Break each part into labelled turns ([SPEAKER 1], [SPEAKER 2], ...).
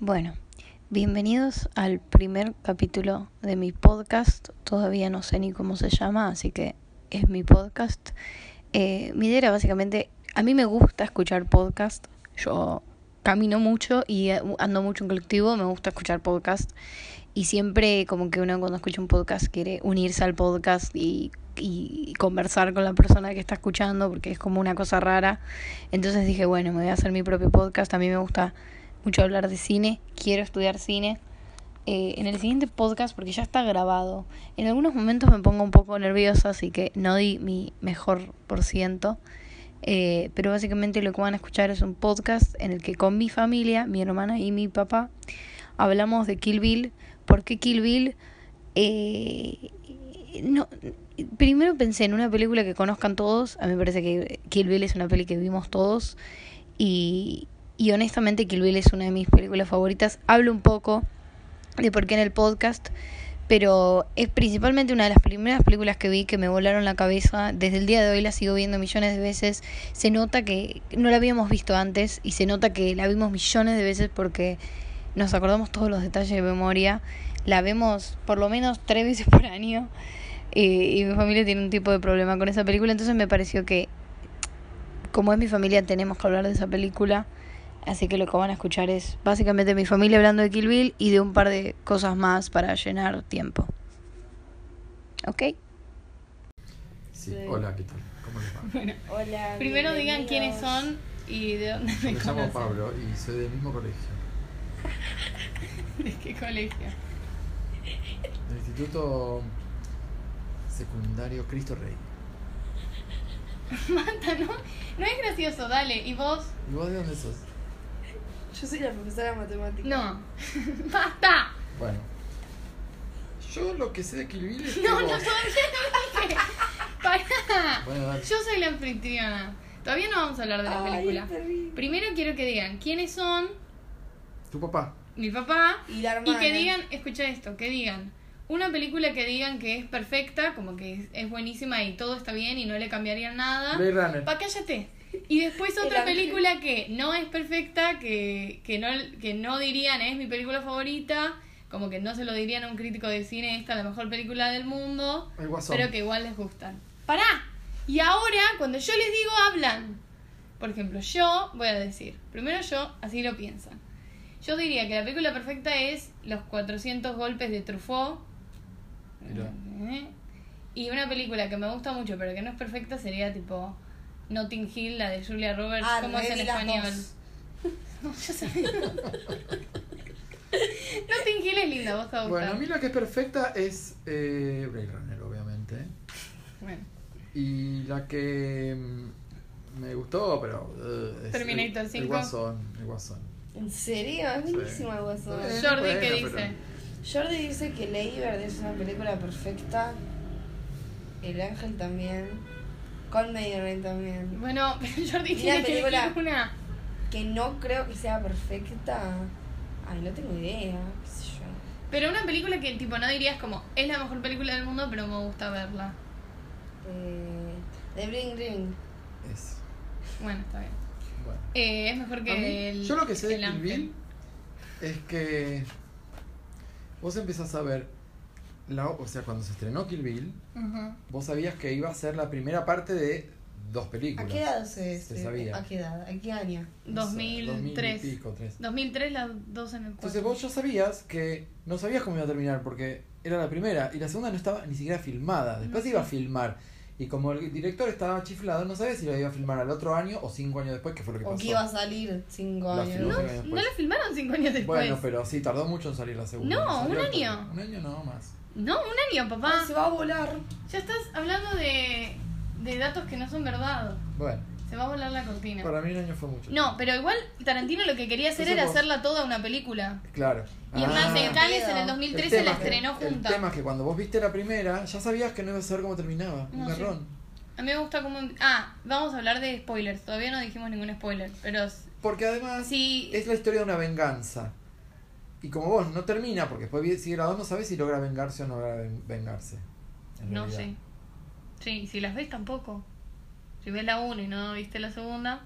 [SPEAKER 1] Bueno, bienvenidos al primer capítulo de mi podcast. Todavía no sé ni cómo se llama, así que es mi podcast. Eh, mi idea era básicamente, a mí me gusta escuchar podcast. Yo camino mucho y eh, ando mucho en colectivo, me gusta escuchar podcast. Y siempre como que uno cuando escucha un podcast quiere unirse al podcast y y conversar con la persona que está escuchando porque es como una cosa rara. Entonces dije, bueno, me voy a hacer mi propio podcast. A mí me gusta mucho hablar de cine, quiero estudiar cine. Eh, en el siguiente podcast, porque ya está grabado, en algunos momentos me pongo un poco nerviosa, así que no di mi mejor por ciento. Eh, pero básicamente lo que van a escuchar es un podcast en el que con mi familia, mi hermana y mi papá, hablamos de Kill Bill. ¿Por qué Kill Bill? Eh, no, primero pensé en una película que conozcan todos. A mí me parece que Kill Bill es una peli que vimos todos. Y, y honestamente, Kill Bill es una de mis películas favoritas. Hablo un poco de por qué en el podcast. Pero es principalmente una de las primeras películas que vi que me volaron la cabeza. Desde el día de hoy la sigo viendo millones de veces. Se nota que no la habíamos visto antes y se nota que la vimos millones de veces porque nos acordamos todos los detalles de memoria. La vemos por lo menos tres veces por año. Eh, y mi familia tiene un tipo de problema con esa película, entonces me pareció que como es mi familia tenemos que hablar de esa película, así que lo que van a escuchar es básicamente mi familia hablando de Kill Bill y de un par de cosas más para llenar tiempo. ¿Ok?
[SPEAKER 2] Sí, hola, ¿qué tal? ¿Cómo les va?
[SPEAKER 3] Bueno,
[SPEAKER 4] Hola.
[SPEAKER 3] primero digan quiénes
[SPEAKER 4] bienvenidos.
[SPEAKER 3] son y de dónde
[SPEAKER 2] Me
[SPEAKER 3] me
[SPEAKER 2] llamo
[SPEAKER 3] conocen.
[SPEAKER 2] Pablo y soy del mismo colegio,
[SPEAKER 3] ¿De qué colegio?
[SPEAKER 2] del Instituto Secundario Cristo Rey.
[SPEAKER 3] Manta, ¿no? No es gracioso, dale. ¿Y vos?
[SPEAKER 2] ¿Y vos de dónde sos?
[SPEAKER 4] Yo soy la profesora de matemáticas.
[SPEAKER 3] No. ¡Basta!
[SPEAKER 2] Bueno, yo lo que sé de Kill Bill es que
[SPEAKER 3] No, no,
[SPEAKER 2] vos-
[SPEAKER 3] todavía no dije. Pará.
[SPEAKER 2] Bueno, dale.
[SPEAKER 3] Yo soy la anfitriona. Todavía no vamos a hablar de la
[SPEAKER 4] Ay,
[SPEAKER 3] película.
[SPEAKER 4] perdí.
[SPEAKER 3] Primero quiero que digan quiénes son
[SPEAKER 2] tu papá.
[SPEAKER 3] mi papá
[SPEAKER 4] Y la
[SPEAKER 3] y
[SPEAKER 4] hermana.
[SPEAKER 3] que digan, escucha esto, que digan una película que digan que es perfecta, como que es, es buenísima y todo está bien y no le cambiarían nada.
[SPEAKER 2] Blade Runner.
[SPEAKER 3] Ah. Pa, cállate. Y después
[SPEAKER 4] El
[SPEAKER 3] otra
[SPEAKER 4] ángel.
[SPEAKER 3] película que no es perfecta, que, que, no, que no dirían es mi película favorita, como que no se lo dirían a un crítico de cine, esta es la mejor película del mundo,
[SPEAKER 2] El guasón.
[SPEAKER 3] pero que igual les gustan. ¡Pará! Y ahora, cuando yo les digo, hablan. Por ejemplo, yo voy a decir, primero yo, así lo piensan. Yo diría que la película perfecta es Los 400 golpes de Truffaut.
[SPEAKER 2] Mirá.
[SPEAKER 3] Eh. Y una película que me gusta mucho, pero que no es perfecta, sería tipo Notting Hill, la de Julia Roberts,
[SPEAKER 4] Ah,
[SPEAKER 3] ¿cómo
[SPEAKER 4] re
[SPEAKER 3] es en
[SPEAKER 4] vi las
[SPEAKER 3] español?
[SPEAKER 4] dos.
[SPEAKER 3] No, yo sé. Notting Hill es linda, vos te va a
[SPEAKER 2] Bueno,
[SPEAKER 3] gustar.
[SPEAKER 2] a mí la que es perfecta es eh, Blade Runner, obviamente.
[SPEAKER 3] Bueno,
[SPEAKER 2] Y la que mm, me gustó, pero... eh, es
[SPEAKER 3] Terminator
[SPEAKER 2] el- El
[SPEAKER 3] 5.
[SPEAKER 2] guasón, el guasón.
[SPEAKER 4] ¿En serio? Es buenísimo
[SPEAKER 2] Sí.
[SPEAKER 4] el guasón.
[SPEAKER 2] Eh,
[SPEAKER 3] Jordi,
[SPEAKER 2] bueno,
[SPEAKER 3] ¿qué
[SPEAKER 2] pero-
[SPEAKER 3] dice?
[SPEAKER 4] Jordi dice que Lady Bird es una película perfecta. El Ángel también. Con Rain también.
[SPEAKER 3] bueno pero Jordi
[SPEAKER 4] Mira,
[SPEAKER 3] tiene que
[SPEAKER 4] película.
[SPEAKER 3] elegir una.
[SPEAKER 4] Que no creo que sea perfecta. Ay, no tengo idea. ¿Qué sé yo?
[SPEAKER 3] Pero una película que tipo no dirías como es la mejor película del mundo, pero me gusta verla.
[SPEAKER 4] Eh, The Bling Ring.
[SPEAKER 2] Es,
[SPEAKER 3] Bueno, está bien.
[SPEAKER 2] bueno.
[SPEAKER 3] Eh, es mejor
[SPEAKER 2] A mí,
[SPEAKER 3] que el.
[SPEAKER 2] yo lo que sé de
[SPEAKER 3] el
[SPEAKER 2] Kill
[SPEAKER 3] ángel.
[SPEAKER 2] Bill es que vos empezás a ver, la, o sea, cuando se estrenó Kill Bill,
[SPEAKER 3] Ujú.
[SPEAKER 2] vos sabías que iba a ser la primera parte de dos
[SPEAKER 4] ¿A
[SPEAKER 2] películas.
[SPEAKER 4] qué edad se,
[SPEAKER 2] Se sabía.
[SPEAKER 4] ¿A qué edad? ¿A qué año?
[SPEAKER 2] No sé,
[SPEAKER 3] 2003.
[SPEAKER 2] 2000 y pico, tres.
[SPEAKER 3] 2003, las dos en el cuarto.
[SPEAKER 2] Entonces vos ya sabías que no sabías cómo iba a terminar porque era la primera y la segunda no estaba ni siquiera filmada. Después
[SPEAKER 3] No,
[SPEAKER 2] iba a filmar y como el director estaba chiflado, no sabías si la iba a filmar al otro año o cinco años después, que fue lo que
[SPEAKER 4] ¿O
[SPEAKER 2] pasó.
[SPEAKER 4] que iba a salir cinco
[SPEAKER 2] La
[SPEAKER 4] años?
[SPEAKER 2] filmó
[SPEAKER 4] No.
[SPEAKER 2] cinco años
[SPEAKER 3] No
[SPEAKER 2] después.
[SPEAKER 3] la filmaron cinco años después.
[SPEAKER 2] Bueno, pero sí, tardó mucho en salir la segunda.
[SPEAKER 3] No,
[SPEAKER 2] Salió
[SPEAKER 3] un
[SPEAKER 2] al toque.
[SPEAKER 3] año.
[SPEAKER 2] Un año no más.
[SPEAKER 3] No, un año, papá.
[SPEAKER 2] Ah,
[SPEAKER 4] Ah, Se va a volar.
[SPEAKER 3] Ya estás hablando de, de datos que no son verdad.
[SPEAKER 2] Bueno,
[SPEAKER 3] Se va a volar la cortina.
[SPEAKER 2] para mí un año fue mucho.
[SPEAKER 3] No, pero igual Tarantino lo que quería hacer
[SPEAKER 2] Eso
[SPEAKER 3] era
[SPEAKER 2] vos.
[SPEAKER 3] hacerla toda una película.
[SPEAKER 2] Claro. Ah.
[SPEAKER 3] Y es más, en
[SPEAKER 4] el
[SPEAKER 3] Cannes en el
[SPEAKER 4] El
[SPEAKER 3] 2013 la
[SPEAKER 2] tema es que-
[SPEAKER 3] estrenó junta.
[SPEAKER 2] El tema es que cuando vos viste la primera, ya sabías que no ibas a saber cómo terminaba.
[SPEAKER 3] No,
[SPEAKER 2] un
[SPEAKER 3] sí.
[SPEAKER 2] garrón.
[SPEAKER 3] A mí me gusta como... Ah, vamos a hablar de spoilers. Todavía no dijimos ningún spoiler, pero... s-
[SPEAKER 2] Porque además
[SPEAKER 3] Sí,
[SPEAKER 2] es la historia de una venganza. Y como vos no termina, porque después vi- sigue la dos, no sabés si logra vengarse o no logra ven- vengarse. en
[SPEAKER 3] no
[SPEAKER 2] realidad.
[SPEAKER 3] sé. Sí, y si las ves tampoco. Si ves la 1 y no viste la segunda...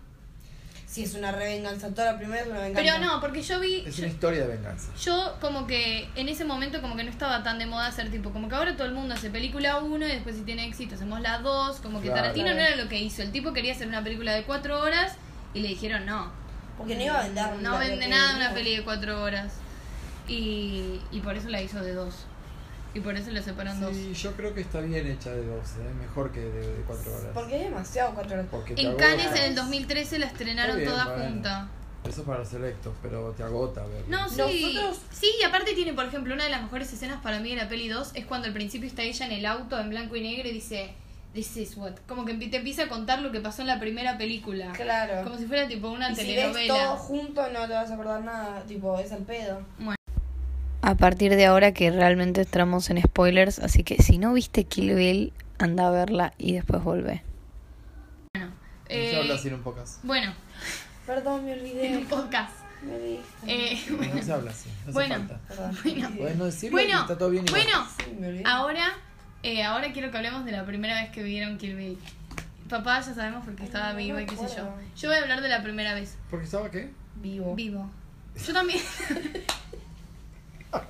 [SPEAKER 4] si es una revenganza. Toda la primera es una venganza.
[SPEAKER 3] Pero no, porque yo vi.
[SPEAKER 2] Es
[SPEAKER 3] yo-
[SPEAKER 2] una historia de venganza.
[SPEAKER 3] Yo como que en ese momento como que no estaba tan de moda hacer tipo, como que ahora todo el mundo hace película 1 y después si tiene éxito hacemos la 2, como que
[SPEAKER 2] Claro.
[SPEAKER 3] Tarantino no era lo que hizo, el tipo quería hacer una película de 4 horas y le dijeron no,
[SPEAKER 4] Porque no iba a vender
[SPEAKER 3] no
[SPEAKER 4] la
[SPEAKER 3] vende
[SPEAKER 4] peli,
[SPEAKER 3] nada una
[SPEAKER 4] ¿no?
[SPEAKER 3] peli de 4 horas y, y por eso la hizo de 2 y por eso la separan dos
[SPEAKER 2] Sí, yo creo que está bien hecha de 12, ¿eh? mejor que de, de 4 horas.
[SPEAKER 4] Porque es demasiado cuatro horas.
[SPEAKER 2] Porque te
[SPEAKER 3] En
[SPEAKER 2] agota.
[SPEAKER 3] Cannes en el 2013 la estrenaron
[SPEAKER 2] Está bien,
[SPEAKER 3] toda
[SPEAKER 2] bueno.
[SPEAKER 3] junta.
[SPEAKER 2] Eso es para los selectos, pero te agota verlo.
[SPEAKER 3] No, sí.
[SPEAKER 4] Nosotros-
[SPEAKER 3] Sí, y aparte tiene, por ejemplo, una de las mejores escenas para mí de la peli 2 es cuando al principio está ella en el auto en blanco y negro y dice, This is what. Como que te empieza a contar lo que pasó en la primera película.
[SPEAKER 4] Claro.
[SPEAKER 3] Como si fuera tipo una
[SPEAKER 4] y si ves todo
[SPEAKER 3] telenovela.
[SPEAKER 4] junto no te vas a acordar nada. Tipo, es al pedo.
[SPEAKER 1] A partir de ahora que realmente entramos en spoilers, así que si no viste Kill Bill, anda a verla y después volvé.
[SPEAKER 3] Eh,
[SPEAKER 2] se habla así en un podcast.
[SPEAKER 3] bueno,
[SPEAKER 4] Perdón, me
[SPEAKER 3] en
[SPEAKER 4] olvidé.
[SPEAKER 3] un podcast.
[SPEAKER 4] Me dije.
[SPEAKER 3] Eh,
[SPEAKER 2] No se habla así, no
[SPEAKER 3] Bueno.
[SPEAKER 2] hace falta.
[SPEAKER 4] Perdón.
[SPEAKER 3] bueno, Ah,
[SPEAKER 2] Podés no decirlo y
[SPEAKER 3] bueno,
[SPEAKER 2] está todo bien igual.
[SPEAKER 3] bueno.
[SPEAKER 4] Sí, me olvidé.
[SPEAKER 3] Ahora, eh, ahora quiero que hablemos de la primera vez que vieron Kill Bill. Papá ya sabemos porque
[SPEAKER 4] Ay,
[SPEAKER 3] estaba
[SPEAKER 4] no me
[SPEAKER 3] vivo y qué sé yo.
[SPEAKER 4] acuerdo.
[SPEAKER 3] Yo voy a hablar de la primera vez.
[SPEAKER 2] ¿Porque estaba qué?
[SPEAKER 4] Vivo.
[SPEAKER 3] Vivo. Yo también.
[SPEAKER 4] Ahora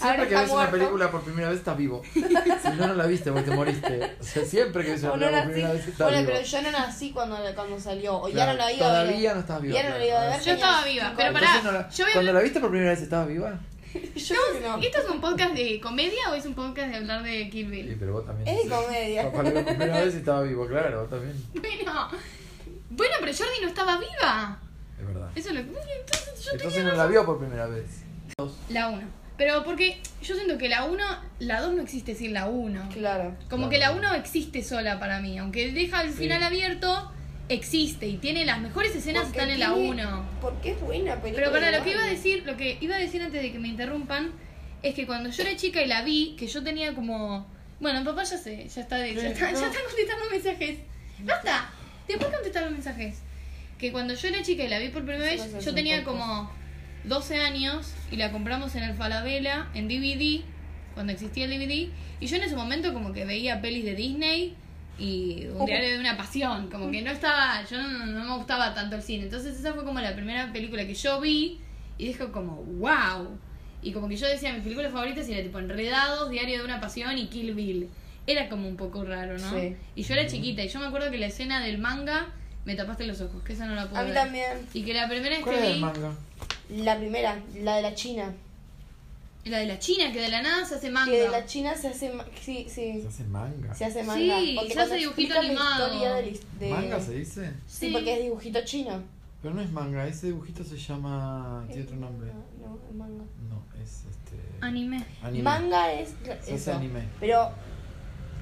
[SPEAKER 2] Siempre que
[SPEAKER 4] está
[SPEAKER 2] ves una
[SPEAKER 4] muerto.
[SPEAKER 2] película por primera vez estás vivo. Si no, no la viste porque te moriste. O sea, siempre que ves una
[SPEAKER 4] Bueno,
[SPEAKER 2] película por
[SPEAKER 4] nací-
[SPEAKER 2] primera vez estás
[SPEAKER 4] bueno,
[SPEAKER 2] vivo.
[SPEAKER 4] pero yo no nací cuando, cuando salió. O ya
[SPEAKER 2] Claro,
[SPEAKER 4] no la iba a ver.
[SPEAKER 2] Todavía no estás viva.
[SPEAKER 4] Ya no
[SPEAKER 2] claro.
[SPEAKER 4] la iba a ver.
[SPEAKER 3] Yo estaba
[SPEAKER 4] tenía
[SPEAKER 3] viva,
[SPEAKER 4] cinco
[SPEAKER 3] pero
[SPEAKER 4] años.
[SPEAKER 3] pará,
[SPEAKER 2] Entonces no la-
[SPEAKER 3] yo voy a
[SPEAKER 2] Cuando
[SPEAKER 3] hablar-
[SPEAKER 2] la viste por primera vez estabas viva.
[SPEAKER 4] Yo creo que no.
[SPEAKER 3] ¿Esto es un podcast de comedia o es un podcast de hablar de Kill
[SPEAKER 2] Sí,
[SPEAKER 3] Bill?
[SPEAKER 2] pero vos también.
[SPEAKER 4] Es de comedia.
[SPEAKER 2] Papá la vio por primera vez y estaba vivo, claro, vos también.
[SPEAKER 3] Bueno, bueno, pero Jordi no estaba viva.
[SPEAKER 2] Es verdad.
[SPEAKER 3] Eso es lo que. Entonces, yo
[SPEAKER 2] Entonces
[SPEAKER 3] tenía
[SPEAKER 2] no la vio por primera vez.
[SPEAKER 3] La 1. Pero porque yo siento que la 1, la 2 no existe sin la 1.
[SPEAKER 4] Claro.
[SPEAKER 3] Como que la 1 existe sola para mí. Aunque deja el
[SPEAKER 2] Sí.
[SPEAKER 3] final abierto, existe y tiene las mejores escenas
[SPEAKER 4] Porque
[SPEAKER 3] están en la
[SPEAKER 4] tiene-
[SPEAKER 3] 1.
[SPEAKER 4] Porque es buena película.
[SPEAKER 3] Pero para lo que iba
[SPEAKER 4] igual.
[SPEAKER 3] a decir, lo que iba a decir antes de que me interrumpan, es que cuando yo era chica y la vi, que yo tenía como. Bueno, papá ya sé, ya está, de- ya está, ya está contestando mensajes. ¡Basta! Después contestar los mensajes. Que cuando yo era chica y la vi por primera vez,
[SPEAKER 4] Esas cosas
[SPEAKER 3] yo
[SPEAKER 4] son
[SPEAKER 3] tenía
[SPEAKER 4] pocas.
[SPEAKER 3] como 12 años y la compramos en el Falabella, en DVD, cuando existía el DVD. Y yo en ese momento como que veía pelis de Disney y un diario de una pasión, como que no estaba, yo no, no me gustaba tanto el cine. Entonces esa fue como la primera película que yo vi y dijo como, wow. Y como que yo decía mis películas favoritas y era tipo Enredados, Diario de una Pasión y Kill Bill. Era como un poco raro, ¿no?
[SPEAKER 4] Sí.
[SPEAKER 3] Y yo era chiquita y yo me acuerdo que la escena del manga me tapaste los ojos, que esa no la pude
[SPEAKER 4] A mí
[SPEAKER 3] ver.
[SPEAKER 4] también.
[SPEAKER 3] Y que la primera vez
[SPEAKER 2] ¿Cuál
[SPEAKER 3] que
[SPEAKER 2] es el
[SPEAKER 3] Este vi,
[SPEAKER 2] manga?
[SPEAKER 4] La primera, la de la China.
[SPEAKER 3] la de la China, que de la nada se hace manga.
[SPEAKER 4] Que de la China se hace. ma- Sí,
[SPEAKER 2] Se
[SPEAKER 4] sí.
[SPEAKER 2] hace manga.
[SPEAKER 4] Se hace manga.
[SPEAKER 3] Sí,
[SPEAKER 4] porque
[SPEAKER 3] se
[SPEAKER 4] cuando
[SPEAKER 3] hace dibujito
[SPEAKER 4] explican la
[SPEAKER 3] animado.
[SPEAKER 4] historia de la his- de-
[SPEAKER 2] ¿Manga se dice?
[SPEAKER 4] Sí, porque es dibujito chino.
[SPEAKER 2] Pero no es manga, ese dibujito se llama. Tiene otro nombre.
[SPEAKER 4] Eh, No, es manga.
[SPEAKER 2] No, es este.
[SPEAKER 3] Anime.
[SPEAKER 2] Anime.
[SPEAKER 4] Manga es.
[SPEAKER 2] Se hace
[SPEAKER 4] Eso.
[SPEAKER 2] anime.
[SPEAKER 4] Pero.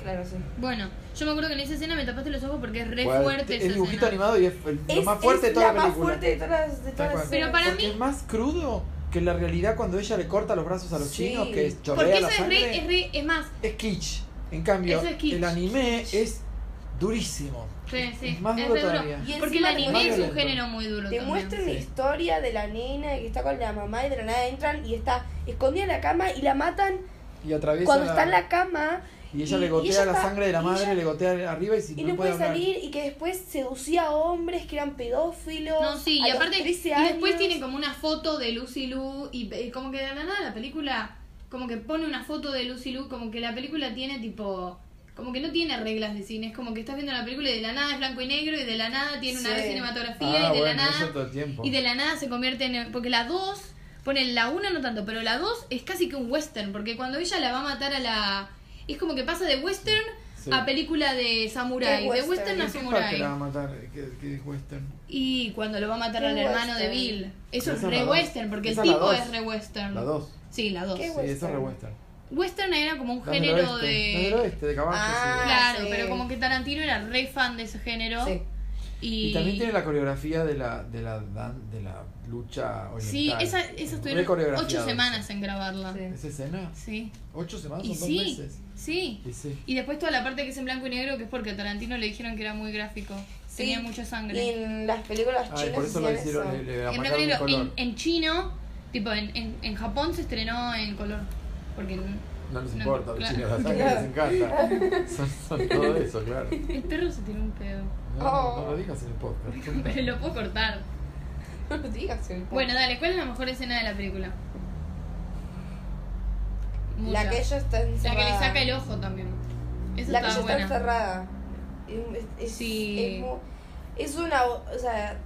[SPEAKER 4] Claro, sí.
[SPEAKER 3] Bueno, yo me acuerdo que en esa escena me tapaste los ojos porque es re
[SPEAKER 2] Bueno,
[SPEAKER 3] fuerte
[SPEAKER 2] Es
[SPEAKER 3] esa
[SPEAKER 2] dibujito
[SPEAKER 3] escena.
[SPEAKER 2] animado y es el- lo más fuerte de toda la,
[SPEAKER 4] la más
[SPEAKER 2] película.
[SPEAKER 4] fuerte de todas las. De
[SPEAKER 2] Tal
[SPEAKER 4] todas
[SPEAKER 2] cual.
[SPEAKER 4] las
[SPEAKER 3] Pero
[SPEAKER 4] escenas.
[SPEAKER 3] para
[SPEAKER 2] Porque
[SPEAKER 3] mí-
[SPEAKER 2] es más crudo que la realidad cuando ella le corta los brazos a los
[SPEAKER 4] Sí.
[SPEAKER 2] chinos, que es chorrea
[SPEAKER 3] Porque eso
[SPEAKER 2] la
[SPEAKER 3] es
[SPEAKER 2] sangre.
[SPEAKER 3] re, es re, es más,
[SPEAKER 2] es kitsch. En cambio,
[SPEAKER 3] Eso es kitsch.
[SPEAKER 2] el anime es durísimo.
[SPEAKER 3] sí, sí,
[SPEAKER 2] Es más
[SPEAKER 3] es
[SPEAKER 2] duro
[SPEAKER 3] re duro.
[SPEAKER 2] todavía.
[SPEAKER 4] Y
[SPEAKER 3] Porque el
[SPEAKER 4] encima te
[SPEAKER 3] anime
[SPEAKER 2] muestran-
[SPEAKER 3] es un
[SPEAKER 2] Más violento.
[SPEAKER 3] género muy duro
[SPEAKER 4] Te
[SPEAKER 3] también.
[SPEAKER 4] muestran la
[SPEAKER 2] Sí.
[SPEAKER 4] historia de la nena que está con la mamá y de la nada entran y está escondida en la cama y la matan
[SPEAKER 2] Y atraviesa.
[SPEAKER 4] cuando está en la cama
[SPEAKER 2] Y ella
[SPEAKER 4] y-
[SPEAKER 2] le
[SPEAKER 4] y
[SPEAKER 2] gotea
[SPEAKER 4] ella
[SPEAKER 2] la
[SPEAKER 4] está-
[SPEAKER 2] sangre de la
[SPEAKER 4] y
[SPEAKER 2] madre,
[SPEAKER 4] ella-
[SPEAKER 2] le gotea arriba y si
[SPEAKER 4] y
[SPEAKER 2] no,
[SPEAKER 4] no
[SPEAKER 2] puede
[SPEAKER 4] puede
[SPEAKER 2] hablar.
[SPEAKER 4] salir y que después seducía a hombres que eran pedófilos.
[SPEAKER 3] No, sí, y
[SPEAKER 4] a los
[SPEAKER 3] aparte,
[SPEAKER 4] 13
[SPEAKER 3] y después
[SPEAKER 4] años.
[SPEAKER 3] tiene como una foto de Lucy Lu, y, y como que de la nada la película, como que pone una foto de Lucy Lu, como que la película tiene tipo, como que no tiene reglas de cine, es como que estás viendo la película y de la nada es blanco y negro, y de la nada tiene una
[SPEAKER 4] Sí.
[SPEAKER 3] cinematografía,
[SPEAKER 2] Ah,
[SPEAKER 3] y de
[SPEAKER 2] bueno,
[SPEAKER 3] la nada...
[SPEAKER 2] eso todo el tiempo.
[SPEAKER 3] Y de la nada se convierte en. Porque la 2. Pone la 1 no tanto, pero la 2 es casi que un western. Porque cuando ella la va a matar a la. Es como que pasa de western
[SPEAKER 2] Sí.
[SPEAKER 3] a película de samurái.
[SPEAKER 4] ¿Qué
[SPEAKER 3] De
[SPEAKER 4] western?
[SPEAKER 3] western a
[SPEAKER 2] ¿Qué parte la va a
[SPEAKER 3] samurái.
[SPEAKER 2] matar? ¿Qué, qué es western?
[SPEAKER 3] Y cuando lo va a matar
[SPEAKER 4] ¿Qué
[SPEAKER 3] al hermano de
[SPEAKER 4] western?
[SPEAKER 3] Bill. Eso
[SPEAKER 2] Esa
[SPEAKER 3] es
[SPEAKER 2] es la
[SPEAKER 3] re
[SPEAKER 2] dos.
[SPEAKER 3] western, porque
[SPEAKER 2] Esa
[SPEAKER 3] el
[SPEAKER 2] es la
[SPEAKER 3] tipo
[SPEAKER 2] dos.
[SPEAKER 3] es re western.
[SPEAKER 2] La 2.
[SPEAKER 3] Sí, la 2.
[SPEAKER 4] ¿Qué
[SPEAKER 2] Sí, esa es re
[SPEAKER 4] western?
[SPEAKER 2] western.
[SPEAKER 3] Western era como un
[SPEAKER 2] Las del oeste,
[SPEAKER 3] género
[SPEAKER 2] las del
[SPEAKER 3] de.
[SPEAKER 2] oeste, de caballos.
[SPEAKER 4] Ah,
[SPEAKER 2] y de-
[SPEAKER 3] Claro,
[SPEAKER 4] sí.
[SPEAKER 3] pero como que Tarantino era re fan de ese género.
[SPEAKER 4] Sí.
[SPEAKER 3] Y,
[SPEAKER 2] Y también tiene la coreografía de la, de la, dan- de la lucha oriental.
[SPEAKER 3] Sí, esa, esa estuvieron
[SPEAKER 2] Recoreografiado
[SPEAKER 3] 8
[SPEAKER 2] eso.
[SPEAKER 3] semanas en grabarla.
[SPEAKER 4] Sí.
[SPEAKER 2] ¿Esa escena?
[SPEAKER 3] sí.
[SPEAKER 2] ¿Ocho semanas?
[SPEAKER 3] Y
[SPEAKER 2] Son dos
[SPEAKER 3] sí,
[SPEAKER 2] meses.
[SPEAKER 3] sí.
[SPEAKER 2] Y sí.
[SPEAKER 3] Y después toda la parte que es en blanco y negro, que es porque a Tarantino le dijeron que era muy gráfico.
[SPEAKER 4] Sí,
[SPEAKER 3] Tenía mucha sangre.
[SPEAKER 4] Y en las películas
[SPEAKER 2] Ay,
[SPEAKER 4] chinas.
[SPEAKER 2] por eso lo
[SPEAKER 4] hacían
[SPEAKER 2] hicieron,
[SPEAKER 4] eso.
[SPEAKER 2] le, le
[SPEAKER 3] en, blanco y
[SPEAKER 2] apagaron el
[SPEAKER 3] negro,
[SPEAKER 2] color.
[SPEAKER 3] en, en chino, tipo en, en, en Japón se estrenó en color. Porque en-
[SPEAKER 2] No les
[SPEAKER 3] No,
[SPEAKER 2] importa,
[SPEAKER 3] claro.
[SPEAKER 2] bichitos, la sangre les encanta. Son, son todo eso, claro.
[SPEAKER 3] El perro se tiró un pedo.
[SPEAKER 2] No, no, no lo digas en el
[SPEAKER 3] Pero
[SPEAKER 2] podcast.
[SPEAKER 3] lo puedo cortar.
[SPEAKER 4] No lo digas. el-
[SPEAKER 3] Bueno, dale, ¿cuál es la mejor escena de la película?
[SPEAKER 4] la
[SPEAKER 3] Muchas.
[SPEAKER 4] que ella está
[SPEAKER 3] La
[SPEAKER 4] encerrada.
[SPEAKER 3] que le saca el ojo también. Esa
[SPEAKER 4] La
[SPEAKER 3] estaba
[SPEAKER 4] que ella está
[SPEAKER 3] buena.
[SPEAKER 4] encerrada. Es, es-
[SPEAKER 3] Sí.
[SPEAKER 4] es mu- es una. O sea.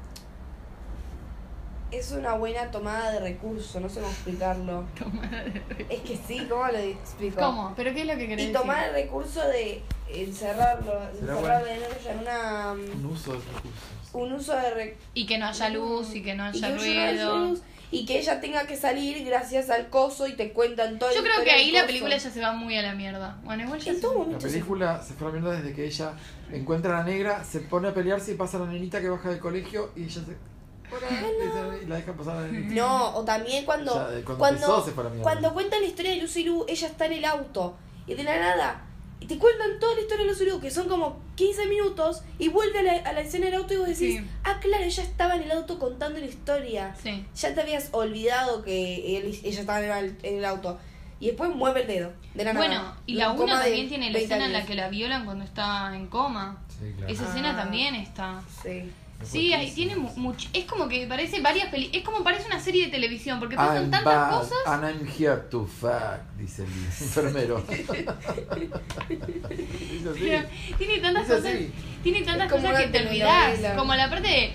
[SPEAKER 4] Es una buena tomada de recursos, no sé cómo explicarlo.
[SPEAKER 3] Tomada de-
[SPEAKER 4] Es que sí, ¿cómo lo explico?
[SPEAKER 3] ¿Cómo? ¿Pero qué es lo que querés
[SPEAKER 4] Y
[SPEAKER 3] decir?
[SPEAKER 4] tomar el recurso de encerrarlo,
[SPEAKER 2] Será
[SPEAKER 4] encerrarlo en ella en una.
[SPEAKER 2] Un uso de recursos.
[SPEAKER 4] un uso de re-
[SPEAKER 3] Y que no haya luz y que no
[SPEAKER 4] y
[SPEAKER 3] haya
[SPEAKER 4] que haya
[SPEAKER 3] ruido.
[SPEAKER 4] luz, y que ella tenga que salir gracias al coso y te cuentan todo
[SPEAKER 3] Yo creo que ahí la película ya se va muy a la mierda. Bueno, igual ya
[SPEAKER 4] En
[SPEAKER 3] se...
[SPEAKER 4] todo
[SPEAKER 2] La
[SPEAKER 4] momento se-
[SPEAKER 2] película se fue a la mierda desde que ella encuentra a la negra, se pone a pelearse y pasa a la nenita que baja del colegio y ella se. Hola. Y la deja pasar a la nenita.
[SPEAKER 4] No, o también cuando.
[SPEAKER 2] Ya, de cuando empezó
[SPEAKER 4] cuando,
[SPEAKER 2] se fue a la mierda.
[SPEAKER 4] cuando cuentan la historia de Luz y Lu, ella está en el auto. Y de la nada. Y te cuentan toda la historia de Luz y Lu, que son como 15 minutos. Y vuelve a la, a la escena del auto y vos decís:
[SPEAKER 3] Sí.
[SPEAKER 4] Ah, claro, ella estaba en el auto contando la historia.
[SPEAKER 3] Sí.
[SPEAKER 4] Ya te habías olvidado que él- ella estaba en el, en el auto. Y después mueve el dedo. De la
[SPEAKER 3] Bueno,
[SPEAKER 4] nada.
[SPEAKER 3] y la
[SPEAKER 4] Un
[SPEAKER 3] una
[SPEAKER 4] coma de
[SPEAKER 3] también tiene la
[SPEAKER 4] 20
[SPEAKER 3] escena en la
[SPEAKER 4] años.
[SPEAKER 3] que la violan cuando está en coma.
[SPEAKER 2] Sí, claro.
[SPEAKER 3] Esa
[SPEAKER 4] Ah.
[SPEAKER 3] escena también está.
[SPEAKER 4] Sí.
[SPEAKER 3] Sí, ahí tiene mu- much- Es como que parece varias películas. Es como parece una serie de televisión, porque pasan
[SPEAKER 2] I'm
[SPEAKER 3] tantas
[SPEAKER 2] bad,
[SPEAKER 3] cosas.
[SPEAKER 2] And I'm here to fuck, dice el enfermero. Dice así.
[SPEAKER 3] Pero tiene tantas
[SPEAKER 2] Dice
[SPEAKER 3] cosas,
[SPEAKER 2] así.
[SPEAKER 3] tiene tantas
[SPEAKER 4] Es como
[SPEAKER 3] cosas que
[SPEAKER 4] una
[SPEAKER 3] te olvidás.
[SPEAKER 4] telenovela.
[SPEAKER 3] Como la parte de.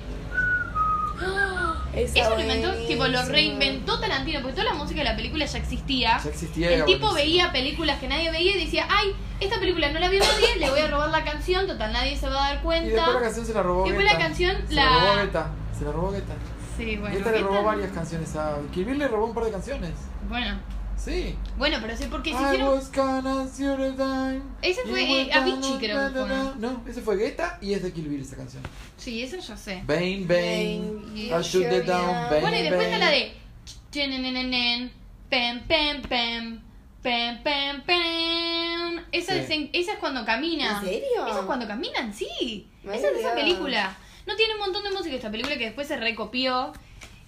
[SPEAKER 4] Esa
[SPEAKER 3] Eso lo inventó,
[SPEAKER 4] buenísima.
[SPEAKER 3] tipo, lo reinventó Tarantino, porque toda la música de la película ya existía.
[SPEAKER 2] Ya existía.
[SPEAKER 3] El
[SPEAKER 2] era
[SPEAKER 3] tipo
[SPEAKER 2] buenísimo.
[SPEAKER 3] veía películas que nadie veía y decía, ay, esta película no la vio nadie, le voy a robar la canción, total nadie se va a dar
[SPEAKER 2] Y después la
[SPEAKER 3] cuenta.
[SPEAKER 2] canción se la robó.
[SPEAKER 3] Después la
[SPEAKER 2] Guetta.
[SPEAKER 3] canción
[SPEAKER 2] se
[SPEAKER 3] la-
[SPEAKER 2] robó Guetta. Se la robó Guetta.
[SPEAKER 3] Sí, bueno.
[SPEAKER 2] Guetta le robó
[SPEAKER 3] ¿qué tal?
[SPEAKER 2] varias canciones a. Kill Bill le robó un par de canciones.
[SPEAKER 3] Bueno,
[SPEAKER 2] Sí.
[SPEAKER 3] bueno, pero sí, porque se
[SPEAKER 2] I
[SPEAKER 3] hicieron...
[SPEAKER 2] was gonna see you die.
[SPEAKER 3] Ese fue,
[SPEAKER 2] You
[SPEAKER 3] eh,
[SPEAKER 2] were
[SPEAKER 3] Avicii, creo que
[SPEAKER 2] gonna-
[SPEAKER 3] fue, ¿no?
[SPEAKER 2] No, ese fue Guetta y es de Kill Bill esa canción.
[SPEAKER 3] Sí, eso yo sé.
[SPEAKER 2] Bane, Bane. I
[SPEAKER 4] you
[SPEAKER 2] shoot
[SPEAKER 4] shoot
[SPEAKER 2] it down,
[SPEAKER 4] down.
[SPEAKER 2] Bane.
[SPEAKER 3] Bueno, y después está la de... chenenenen, Pem, pem, pem. Pem, pem, pem. Esa,
[SPEAKER 2] Sí.
[SPEAKER 3] es, en- esa es cuando camina.
[SPEAKER 4] ¿En serio?
[SPEAKER 3] Esa es cuando caminan, sí.
[SPEAKER 4] Me
[SPEAKER 3] esa es de esa
[SPEAKER 4] olvidaba.
[SPEAKER 3] película. No tiene un montón de música esta película que después se recopió.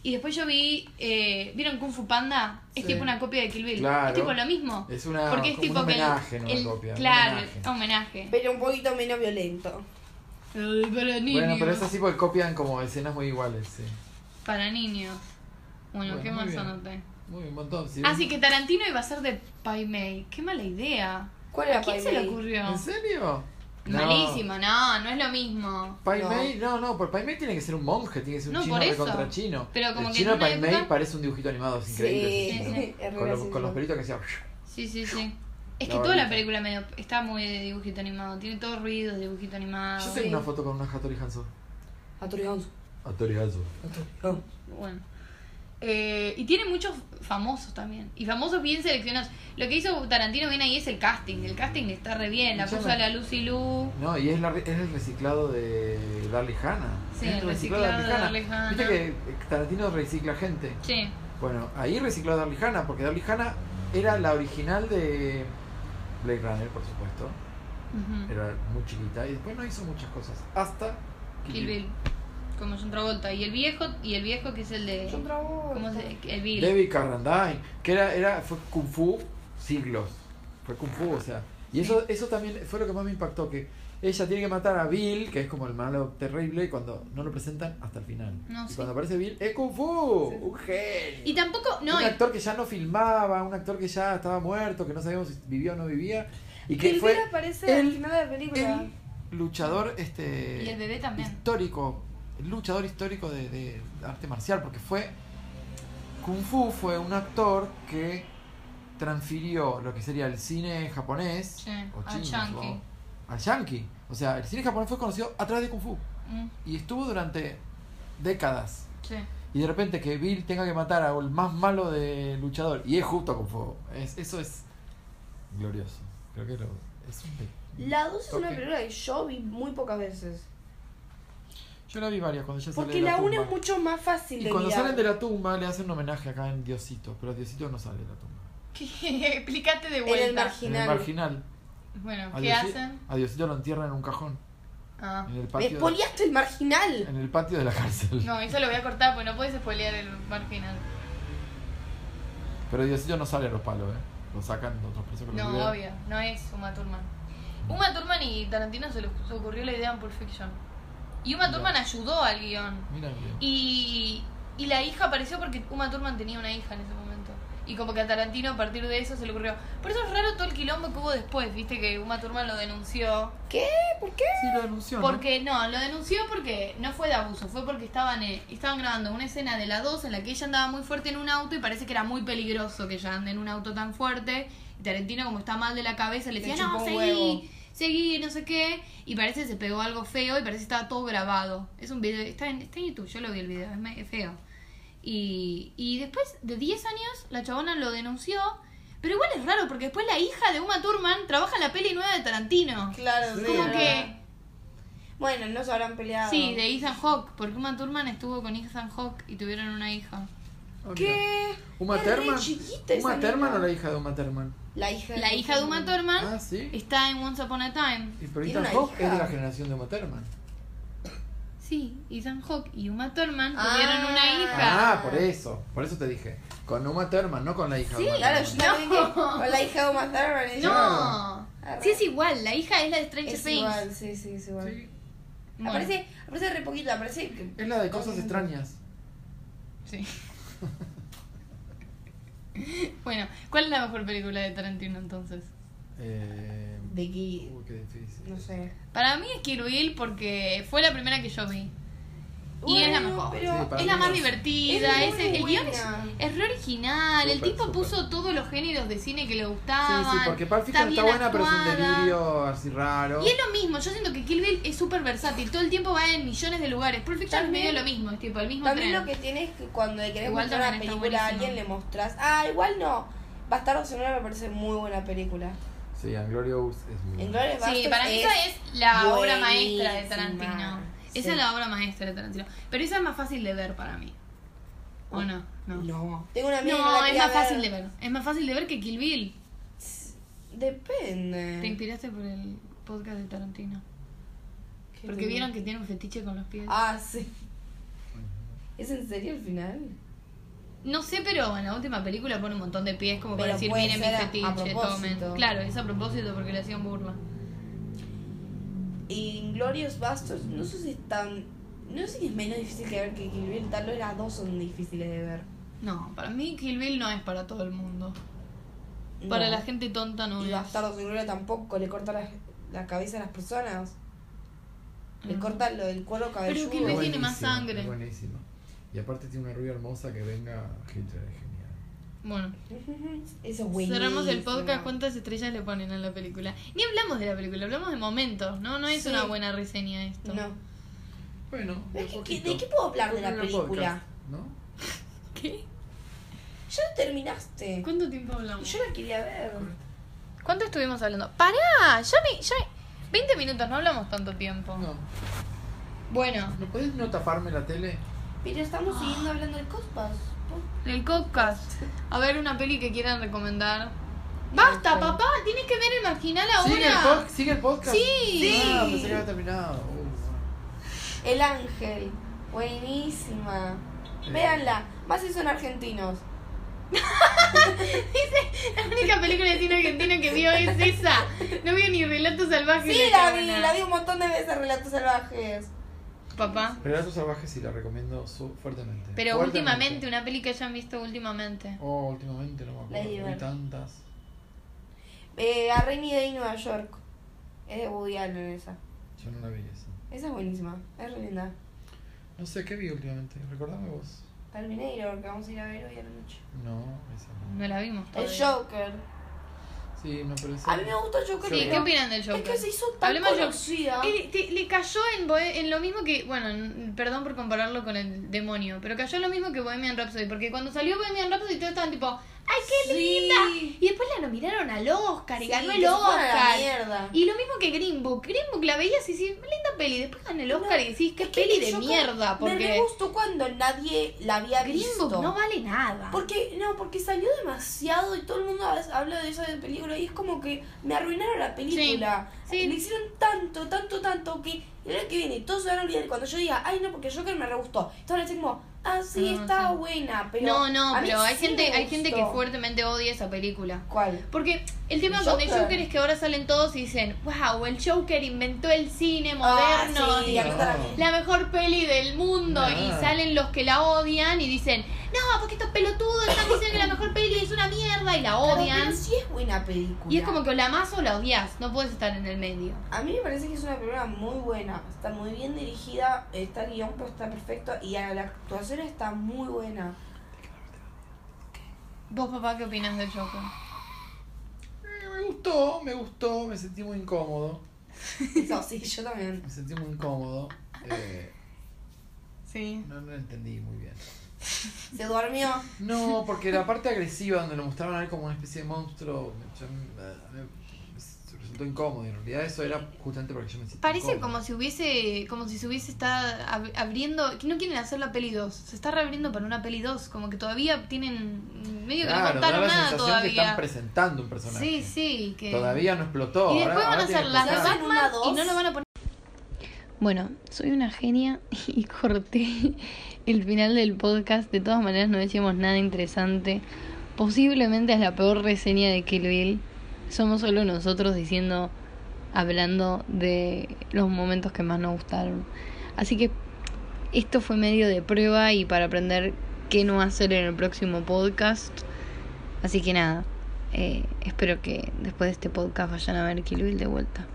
[SPEAKER 3] Y después yo vi. eh, ¿Vieron Kung Fu Panda? Es
[SPEAKER 2] Sí.
[SPEAKER 3] tipo una copia de Kill Bill.
[SPEAKER 2] Claro.
[SPEAKER 3] Es tipo lo mismo.
[SPEAKER 2] Es una,
[SPEAKER 3] Porque es
[SPEAKER 2] como
[SPEAKER 3] tipo
[SPEAKER 2] un
[SPEAKER 3] que. el-
[SPEAKER 2] homenaje, no
[SPEAKER 3] el-
[SPEAKER 2] una copia. un
[SPEAKER 3] Claro,
[SPEAKER 2] homenaje.
[SPEAKER 3] homenaje.
[SPEAKER 4] Pero un poquito menos violento.
[SPEAKER 3] Para niños.
[SPEAKER 2] Bueno, pero esas sí porque copian como escenas muy iguales, sí.
[SPEAKER 3] Para niños. Bueno,
[SPEAKER 2] Bueno,
[SPEAKER 3] qué
[SPEAKER 2] muy
[SPEAKER 3] más
[SPEAKER 2] bien.
[SPEAKER 3] anoté.
[SPEAKER 2] Muy un montón. sí.
[SPEAKER 3] Así Ah, que Tarantino iba a ser de Pai Mei. Qué mala idea.
[SPEAKER 4] ¿Cuál
[SPEAKER 3] ¿A
[SPEAKER 4] era
[SPEAKER 3] quién
[SPEAKER 4] Pai
[SPEAKER 3] se le
[SPEAKER 4] Mei?
[SPEAKER 3] ocurrió?
[SPEAKER 2] ¿En serio?
[SPEAKER 3] Malísimo, no, no es lo mismo.
[SPEAKER 2] Pai
[SPEAKER 4] No.
[SPEAKER 2] Mei, no, no, por Pai Mei tiene que ser un monje, tiene que ser un
[SPEAKER 3] No,
[SPEAKER 2] chino
[SPEAKER 3] por eso.
[SPEAKER 2] recontra chino.
[SPEAKER 3] Pero como
[SPEAKER 2] el
[SPEAKER 3] que
[SPEAKER 2] chino
[SPEAKER 3] en una
[SPEAKER 2] Pai Mei
[SPEAKER 3] época-
[SPEAKER 2] parece un dibujito animado, es increíble. ese
[SPEAKER 4] Sí,
[SPEAKER 3] Sí,
[SPEAKER 2] chino.
[SPEAKER 4] es re
[SPEAKER 2] Con, los,
[SPEAKER 4] gracioso.
[SPEAKER 2] con los pelitos que hacía.
[SPEAKER 3] Sí, sí, sí. Es
[SPEAKER 2] La
[SPEAKER 3] que toda la
[SPEAKER 2] varita.
[SPEAKER 3] película medio está muy de dibujito animado. Tiene todo ruido de dibujito animado.
[SPEAKER 2] Yo tengo
[SPEAKER 4] Sí.
[SPEAKER 2] una foto con una Hattori Hanzo.
[SPEAKER 4] Hattori Hanzo.
[SPEAKER 2] Hattori Hanzo.
[SPEAKER 4] Hattori Hanzo.
[SPEAKER 3] Bueno. Eh, y tiene muchos famosos también. Y famosos bien seleccionados. Lo que hizo Tarantino bien ahí es el casting. El casting está re bien. La
[SPEAKER 2] Ya
[SPEAKER 3] puso
[SPEAKER 2] me-
[SPEAKER 3] a la Lucy Lu.
[SPEAKER 2] No, y es, la, re- es el reciclado de Darlie Hanna.
[SPEAKER 3] Sí,
[SPEAKER 2] Es
[SPEAKER 3] el reciclado de Darlie
[SPEAKER 2] Viste
[SPEAKER 3] Hannah.
[SPEAKER 2] que eh, Tarantino recicla gente.
[SPEAKER 3] Sí.
[SPEAKER 2] Bueno, ahí recicló a Darlie Hannah, porque Darlie Hannah era la original de Blade Runner, por supuesto.
[SPEAKER 3] Ujú.
[SPEAKER 2] Era muy chiquita y después no hizo muchas cosas. Hasta
[SPEAKER 3] Kill Bill. Como John Travolta. Y el viejo, y el viejo que es el de.
[SPEAKER 4] John Travolta.
[SPEAKER 3] Eh, ¿Cómo se El Bill.
[SPEAKER 2] David Carradine, que era, era, fue Kung Fu siglos. Fue Kung Fu, o sea. Y eso, eso también fue lo que más me impactó, que ella tiene que matar a Bill, que es como el malo terrible, y cuando no lo presentan hasta el final.
[SPEAKER 3] No,
[SPEAKER 2] y
[SPEAKER 3] sí.
[SPEAKER 2] cuando aparece Bill, es Kung Fu, un genio.
[SPEAKER 3] Y tampoco. No,
[SPEAKER 2] un
[SPEAKER 3] y-
[SPEAKER 2] actor que ya no filmaba, un actor que ya estaba muerto, que no sabíamos si vivía o no vivía. Y
[SPEAKER 4] Que
[SPEAKER 2] que
[SPEAKER 4] el
[SPEAKER 2] fue
[SPEAKER 4] Bill aparece
[SPEAKER 2] el-
[SPEAKER 4] al final de la película.
[SPEAKER 2] el luchador este
[SPEAKER 3] Y el bebé también.
[SPEAKER 2] histórico el luchador histórico de, de arte marcial porque fue kung fu fue un actor que transfirió lo que sería el cine japonés
[SPEAKER 3] Sí,
[SPEAKER 2] o
[SPEAKER 3] al
[SPEAKER 2] chino,
[SPEAKER 3] yankee.
[SPEAKER 2] supongo, al yankee o sea el cine japonés fue conocido a través de kung fu
[SPEAKER 3] Mm,
[SPEAKER 2] y estuvo durante décadas
[SPEAKER 3] sí.
[SPEAKER 2] y de repente que Bill tenga que matar al más malo de luchador y es justo kung fu es, eso es glorioso creo que lo, es un-
[SPEAKER 4] La 2 es una
[SPEAKER 2] Ok.
[SPEAKER 4] película que yo vi muy pocas veces.
[SPEAKER 2] Yo la vi varias cuando ella sale
[SPEAKER 4] Porque
[SPEAKER 2] de la,
[SPEAKER 4] la 1
[SPEAKER 2] tumba.
[SPEAKER 4] es mucho más fácil
[SPEAKER 2] Y
[SPEAKER 4] de
[SPEAKER 2] cuando
[SPEAKER 4] mirar.
[SPEAKER 2] salen de la tumba le hacen un homenaje acá en Diosito, pero Diosito no sale de la tumba.
[SPEAKER 3] ¿Qué? Explícate de
[SPEAKER 4] el
[SPEAKER 3] vuelta.
[SPEAKER 4] margen.
[SPEAKER 2] En el
[SPEAKER 4] Marginal.
[SPEAKER 2] marginal.
[SPEAKER 3] Bueno,
[SPEAKER 2] A
[SPEAKER 3] ¿qué
[SPEAKER 2] Diosi-
[SPEAKER 3] hacen?
[SPEAKER 2] A Diosito lo entierran en un cajón.
[SPEAKER 3] Ah.
[SPEAKER 2] En el
[SPEAKER 4] Me
[SPEAKER 2] patio. de-
[SPEAKER 4] espoliaste el marginal.
[SPEAKER 2] en el patio de la cárcel.
[SPEAKER 3] No, eso lo voy a cortar porque no puedes spoilear el marginal.
[SPEAKER 2] Pero Diosito no sale a los palos, eh. lo sacan de otros presos que lo
[SPEAKER 3] No,
[SPEAKER 2] liberan.
[SPEAKER 3] obvio, no es Uma Thurman. Uma Thurman y Tarantino se les ocurrió la idea en Pulp Fiction. Y Uma Thurman ayudó al guión.
[SPEAKER 2] Mira bien.
[SPEAKER 3] Y, y la hija apareció porque Uma Thurman tenía una hija en ese momento. Y como que a Tarantino a partir de eso se le ocurrió. Por eso es raro todo el quilombo que hubo después, viste que Uma Thurman lo denunció.
[SPEAKER 2] Sí, lo ¿eh? denunció. ¿no?
[SPEAKER 3] Porque no, lo denunció porque no fue de abuso, fue porque estaban eh, estaban grabando una escena de la 2 en la que ella andaba muy fuerte en un auto y parece que era muy peligroso que ella ande en un auto tan fuerte. Y Tarantino como está mal de la cabeza le
[SPEAKER 4] Le
[SPEAKER 3] decía,
[SPEAKER 4] chupó
[SPEAKER 3] "No,
[SPEAKER 4] un
[SPEAKER 3] seguí,
[SPEAKER 4] huevo".
[SPEAKER 3] seguí, no sé qué." Y parece que se pegó algo feo y parece que estaba todo grabado. Es un video, está en, está en YouTube, yo lo vi el video, es, me- es feo. Y, y después de 10 años la chabona lo denunció. Pero igual es raro porque después la hija de Uma Thurman trabaja en la peli nueva de Tarantino.
[SPEAKER 4] Claro,
[SPEAKER 2] Sí.
[SPEAKER 4] sí,
[SPEAKER 3] Como
[SPEAKER 4] es
[SPEAKER 3] que
[SPEAKER 4] verdad. Bueno, no se habrán peleado.
[SPEAKER 3] Sí, de Ethan Hawke, porque Uma Thurman estuvo con Ethan Hawke y tuvieron una hija.
[SPEAKER 2] Ah, mira.
[SPEAKER 4] ¿Qué?
[SPEAKER 2] Uma
[SPEAKER 4] Es re
[SPEAKER 2] Thurman.
[SPEAKER 4] chiquita esa
[SPEAKER 2] Uma Thurman
[SPEAKER 4] mina.
[SPEAKER 2] o la hija de Uma Thurman.
[SPEAKER 4] La hija
[SPEAKER 3] La hija de Uma Thurman
[SPEAKER 2] Ah, sí.
[SPEAKER 3] está en Once Upon a Time.
[SPEAKER 2] Y pero
[SPEAKER 4] Tiene
[SPEAKER 2] Ethan
[SPEAKER 4] una
[SPEAKER 2] Hawke
[SPEAKER 4] hija.
[SPEAKER 2] es de la generación de Uma Thurman.
[SPEAKER 3] Sí, Ethan Hawke y Uma Thurman
[SPEAKER 4] Ah.
[SPEAKER 3] tuvieron una hija.
[SPEAKER 2] Ah, por eso. Por eso te dije. Con Uma Thurman, no con la hija de Uma
[SPEAKER 4] Claro, yo
[SPEAKER 2] Thurman.
[SPEAKER 4] también que con la hija de Uma Thurman. y yo-
[SPEAKER 3] no.
[SPEAKER 4] Claro.
[SPEAKER 3] Sí, es igual, la hija es la de Stranger
[SPEAKER 4] Es
[SPEAKER 3] Things.
[SPEAKER 4] igual, sí, sí, es igual.
[SPEAKER 2] Sí.
[SPEAKER 3] Bueno,
[SPEAKER 4] Aparece, aparece re poquito, aparece... que-
[SPEAKER 2] Es la de cosas extrañas.
[SPEAKER 3] sí. bueno, ¿cuál es la mejor película de Tarantino entonces?
[SPEAKER 2] Eh,
[SPEAKER 4] De que...
[SPEAKER 2] uy, qué difícil.
[SPEAKER 4] No sé.
[SPEAKER 3] Para mí es Kill Bill porque fue la primera que yo vi. Y es la
[SPEAKER 4] Bueno,
[SPEAKER 3] mejor.
[SPEAKER 4] pero-
[SPEAKER 2] Sí, para
[SPEAKER 3] Es la
[SPEAKER 2] mí
[SPEAKER 3] más
[SPEAKER 2] no.
[SPEAKER 3] divertida,
[SPEAKER 4] Es
[SPEAKER 3] es,
[SPEAKER 4] muy
[SPEAKER 3] el guión es,
[SPEAKER 4] buena.
[SPEAKER 3] es re original, el
[SPEAKER 2] Súper,
[SPEAKER 3] tipo
[SPEAKER 2] súper.
[SPEAKER 3] puso todos los géneros de cine que le
[SPEAKER 2] Sí,
[SPEAKER 3] gustaban.
[SPEAKER 2] sí, porque Pulp Fiction está,
[SPEAKER 3] bien
[SPEAKER 2] buena, pero es un
[SPEAKER 3] actuada.
[SPEAKER 2] delirio así raro.
[SPEAKER 3] Y es lo mismo, yo siento que Kill Bill es súper versátil, todo el tiempo va en millones de lugares. Pulp Fiction
[SPEAKER 4] También-
[SPEAKER 3] es medio lo mismo, es tipo el mismo
[SPEAKER 4] También
[SPEAKER 3] tren.
[SPEAKER 4] lo que tienes que cuando le querés
[SPEAKER 3] Igual
[SPEAKER 4] mostrar una
[SPEAKER 3] también está
[SPEAKER 4] película a
[SPEAKER 3] buenísimo.
[SPEAKER 4] alguien le mostrás. Ah, igual no. Bastardos en una me parece muy buena película.
[SPEAKER 2] Sí, Anglorious es muy buena.
[SPEAKER 4] En Glorious
[SPEAKER 3] Sí,
[SPEAKER 4] Bastards
[SPEAKER 3] para mí
[SPEAKER 4] es
[SPEAKER 3] esa es la obra maestra de
[SPEAKER 4] buenísima.
[SPEAKER 3] Tarantino. Esa
[SPEAKER 4] Sí.
[SPEAKER 3] es la obra maestra de Tarantino. Pero esa es más fácil de ver para mí. ¿O no? No, no,
[SPEAKER 4] No. Tengo una amiga que la
[SPEAKER 3] es
[SPEAKER 4] quería
[SPEAKER 3] más fácil de
[SPEAKER 4] ver.
[SPEAKER 3] ver. Es más fácil de ver que Kill Bill. Te
[SPEAKER 4] Depende.
[SPEAKER 3] inspiraste por el podcast de Tarantino.
[SPEAKER 4] ¿Qué
[SPEAKER 3] Porque
[SPEAKER 4] tengo?
[SPEAKER 3] vieron que tiene un fetiche con los pies.
[SPEAKER 4] Ah, sí. ¿Es en serio el final?
[SPEAKER 3] No sé, pero en la última película pone un montón de pies como para
[SPEAKER 4] Pero
[SPEAKER 3] decir,
[SPEAKER 4] puede
[SPEAKER 3] miren mi
[SPEAKER 4] ser a- a
[SPEAKER 3] fetiche, tomen.
[SPEAKER 4] propósito.
[SPEAKER 3] Claro, es a propósito porque le hacían burla.
[SPEAKER 4] Inglorious Bastards, no sé si es tan. No sé si es menos difícil que ver que Kill Bill, tal vez las dos son difíciles de ver.
[SPEAKER 3] No, para mí Kill Bill no es para todo el mundo. Para
[SPEAKER 4] No.
[SPEAKER 3] la gente tonta no
[SPEAKER 4] Y
[SPEAKER 3] es.
[SPEAKER 4] Bastardos sin Gloria tampoco, le corta la, la cabeza a las personas. Le
[SPEAKER 3] Ah.
[SPEAKER 4] corta lo del cuero cabelludo.
[SPEAKER 3] Kill Bill tiene más
[SPEAKER 2] Buenísimo,
[SPEAKER 3] sangre.
[SPEAKER 2] Buenísimo. Y aparte tiene una rubia hermosa que venga Hitler, es genial.
[SPEAKER 3] Bueno,
[SPEAKER 4] Eso es buenísimo.
[SPEAKER 3] cerramos el podcast. ¿Cuántas estrellas le ponen a la película? Ni hablamos de la película, hablamos de momentos, ¿no? No es
[SPEAKER 4] Sí.
[SPEAKER 3] una buena reseña esto.
[SPEAKER 4] No.
[SPEAKER 2] Bueno, un
[SPEAKER 4] Pero es que-
[SPEAKER 2] poquito.
[SPEAKER 4] ¿De qué puedo hablar de la
[SPEAKER 2] Porque era un
[SPEAKER 4] película?
[SPEAKER 2] podcast, ¿No?
[SPEAKER 3] ¿Qué?
[SPEAKER 4] Ya lo terminaste.
[SPEAKER 3] ¿Cuánto tiempo hablamos?
[SPEAKER 4] Yo la quería ver.
[SPEAKER 3] ¿Cuánto estuvimos hablando? ¡Pará! Ya me, ya me- 20 minutos, no hablamos tanto tiempo.
[SPEAKER 2] No.
[SPEAKER 3] Bueno,
[SPEAKER 2] ¿No puedes no taparme la tele?
[SPEAKER 4] Pero estamos siguiendo hablando del cospas.
[SPEAKER 3] el podcast. A ver una peli que quieran recomendar. ¡Basta, papá! Tienes que ver el marginal
[SPEAKER 2] ¿Sigue el,
[SPEAKER 3] ahora.
[SPEAKER 2] pod- ¿Sigue el podcast?
[SPEAKER 3] Ah, Sí.
[SPEAKER 2] Ah,
[SPEAKER 4] Sí.
[SPEAKER 2] pensé que había terminado. Uh, bueno.
[SPEAKER 4] El ángel. Buenísima.
[SPEAKER 2] Eh.
[SPEAKER 4] Véanla. Más si son argentinos.
[SPEAKER 3] La única película de cine argentino que vio es esa. No vio ni Relatos Salvajes.
[SPEAKER 4] Sí,
[SPEAKER 3] de
[SPEAKER 4] la vi,
[SPEAKER 3] Cabana.
[SPEAKER 4] la vi un montón de veces Relatos Salvajes.
[SPEAKER 3] Papá.
[SPEAKER 2] Relatos salvajes sí la recomiendo su- fuertemente.
[SPEAKER 3] Pero
[SPEAKER 2] Fuertemente.
[SPEAKER 3] últimamente, una peli que hayan visto últimamente.
[SPEAKER 2] Oh, últimamente no me
[SPEAKER 4] La
[SPEAKER 2] acuerdo.
[SPEAKER 4] llevan.
[SPEAKER 2] Hay tantas.
[SPEAKER 4] Eh, a Rainy Day Nueva York. Es de Woody Allen esa.
[SPEAKER 2] Yo no la vi esa.
[SPEAKER 4] Esa es buenísima. Es re linda.
[SPEAKER 2] No sé, ¿qué vi últimamente? ¿Recordame vos?
[SPEAKER 4] Terminator, que vamos a ir a ver hoy a la noche.
[SPEAKER 2] No, esa no.
[SPEAKER 3] No la vimos
[SPEAKER 4] El
[SPEAKER 3] todavía.
[SPEAKER 4] Joker.
[SPEAKER 2] Sí, no, pero esa...
[SPEAKER 4] A mí me gustó el Joker.
[SPEAKER 3] Sí,
[SPEAKER 4] pero
[SPEAKER 3] ¿qué opinan del Joker?
[SPEAKER 4] Es que se hizo tan
[SPEAKER 3] Hablemos del Joker.
[SPEAKER 4] conocida.
[SPEAKER 3] Él te- le cayó en, Bohe- en lo mismo que, bueno, n- perdón por compararlo con el demonio, pero cayó en lo mismo que Bohemian Rhapsody, porque cuando salió Bohemian Rhapsody todos estaban tipo, ¡ay, qué
[SPEAKER 4] Sí.
[SPEAKER 3] linda! Y después la nominaron al Oscar y
[SPEAKER 4] Sí,
[SPEAKER 3] ganó
[SPEAKER 4] que
[SPEAKER 3] el
[SPEAKER 4] se fueron a la
[SPEAKER 3] Oscar.
[SPEAKER 4] mierda.
[SPEAKER 3] Y lo mismo que Green Book, Green Book la veías y decís, linda peli, después ganó el Oscar
[SPEAKER 4] No,
[SPEAKER 3] y decís, qué
[SPEAKER 4] es que
[SPEAKER 3] peli
[SPEAKER 4] el
[SPEAKER 3] de
[SPEAKER 4] Joker
[SPEAKER 3] mierda,
[SPEAKER 4] Me
[SPEAKER 3] porque
[SPEAKER 4] re gustó cuando nadie la había
[SPEAKER 3] Green
[SPEAKER 4] visto.
[SPEAKER 3] Book no vale nada.
[SPEAKER 4] Porque, no, porque salió demasiado y todo el mundo ha- habla de esa de película y es como que me arruinaron la película.
[SPEAKER 3] Sí, sí.
[SPEAKER 4] Le hicieron tanto, tanto, tanto que el año que viene todos se van a olvidar y cuando yo diga, ay no, porque Joker me re gustó. Entonces van a decir como, ah, sí,
[SPEAKER 3] No,
[SPEAKER 4] está
[SPEAKER 3] sí.
[SPEAKER 4] buena, pero.
[SPEAKER 3] No, no,
[SPEAKER 4] a mí
[SPEAKER 3] pero hay
[SPEAKER 4] sí
[SPEAKER 3] gente,
[SPEAKER 4] me
[SPEAKER 3] hay gente que
[SPEAKER 4] gustó.
[SPEAKER 3] fuertemente odia esa película.
[SPEAKER 4] ¿Cuál?
[SPEAKER 3] Porque el tema con el
[SPEAKER 4] Joker.
[SPEAKER 3] Joker es que ahora salen todos y dicen, wow, el Joker inventó el cine
[SPEAKER 4] Ah,
[SPEAKER 3] moderno.
[SPEAKER 4] sí,
[SPEAKER 3] y
[SPEAKER 4] a mí también.
[SPEAKER 3] la mejor peli del mundo y
[SPEAKER 2] Ah.
[SPEAKER 3] salen los que la odian y dicen, no, porque estos pelotudos están diciendo que la mejor peli es una mierda y la
[SPEAKER 4] Claro,
[SPEAKER 3] odian.
[SPEAKER 4] Pero sí es buena película.
[SPEAKER 3] Y es como que o la amas o la odias, no puedes estar en el medio.
[SPEAKER 4] A mí me parece que es una película muy buena. Está muy bien dirigida, está el guión pues, está perfecto y a la actuación está muy buena.
[SPEAKER 3] Vos, papá, ¿qué opinas del Joker?
[SPEAKER 2] Eh, Me gustó, me gustó, me sentí muy incómodo.
[SPEAKER 4] No, sí, yo también.
[SPEAKER 2] Me sentí muy incómodo. Eh,
[SPEAKER 3] Sí.
[SPEAKER 2] no, no lo entendí muy bien.
[SPEAKER 4] Se durmió.
[SPEAKER 2] No, porque la parte agresiva donde lo mostraron a él como una especie de monstruo, me- yo- me, me resultó incómodo. Y en realidad eso era justamente porque yo me sentí
[SPEAKER 3] Parece
[SPEAKER 2] incómodo.
[SPEAKER 3] como si hubiese, como si se hubiese estado ab- abriendo, que no quieren hacer la peli 2, se está reabriendo para una peli 2, como que todavía tienen, medio que no
[SPEAKER 2] Claro, da
[SPEAKER 3] contaron
[SPEAKER 2] la
[SPEAKER 3] nada
[SPEAKER 2] sensación que están
[SPEAKER 3] todavía.
[SPEAKER 2] presentando un personaje.
[SPEAKER 3] Sí, sí, que...
[SPEAKER 2] Todavía no explotó.
[SPEAKER 3] Y
[SPEAKER 2] ahora-
[SPEAKER 3] después van a
[SPEAKER 2] ahora tiene
[SPEAKER 3] hacer
[SPEAKER 2] que
[SPEAKER 3] las de
[SPEAKER 4] explotar.
[SPEAKER 2] explotar.
[SPEAKER 3] Batman
[SPEAKER 4] Una
[SPEAKER 3] y no
[SPEAKER 4] dos.
[SPEAKER 3] lo van a poner...
[SPEAKER 1] Bueno, soy una genia y corté el final del podcast. De todas maneras, no decíamos nada interesante. Posiblemente es la peor reseña de Kill Bill. Somos solo nosotros diciendo, hablando de los momentos que más nos gustaron. Así que esto fue medio de prueba y para aprender qué no hacer en el próximo podcast. Así que nada, eh, espero que después de este podcast vayan a ver Kill Bill de vuelta.